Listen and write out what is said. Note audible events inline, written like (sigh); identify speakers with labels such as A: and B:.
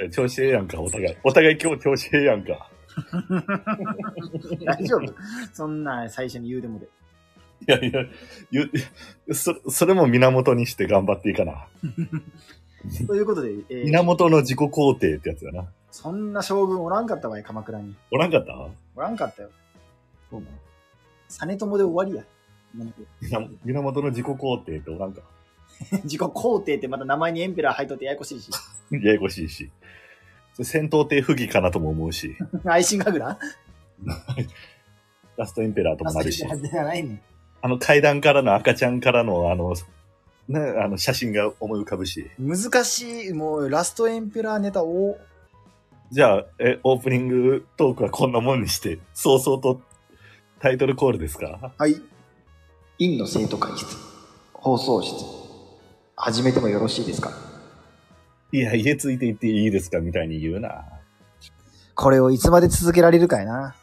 A: え調子ええやんか、お互い。お互い今日調子ええやんか。
B: (laughs) 大丈夫そんな最初に言う
A: (laughs)
B: でもで。
A: いやいや、ゆそそれも源にして頑張っていかな。
B: ということで、えー
A: 源の自己肯定ってやつだな。
B: そんな将軍おらんかったわよ、鎌倉に。
A: おらんかった
B: おらんかったよ。そうなの実朝で終わりや。 (laughs) なんて
A: 源源の自己肯定っておらんか。
B: 自己肯定ってまた名前にエンペラー入っとってややこしい (laughs) し。
A: ややこしいし。それ戦闘艇不義かなとも思う
B: (laughs)
A: し、
B: 愛心神楽
A: ラストインペラーともなるし、
B: はずじゃないねん。
A: あの階段からの赤ちゃんからのあの、ね、あの写真が思い浮かぶし。
B: (laughs) 難しい、もうラストエンペラーネタを、
A: じゃあ、え、オープニングトークはこんなもんにして、早々とタイトルコールですか
B: はい。院の生徒会室、放送室、始めてもよろしいですか
A: いや、家ついて行っていいですかみたいに言うな。
B: これをいつまで続けられるかいな。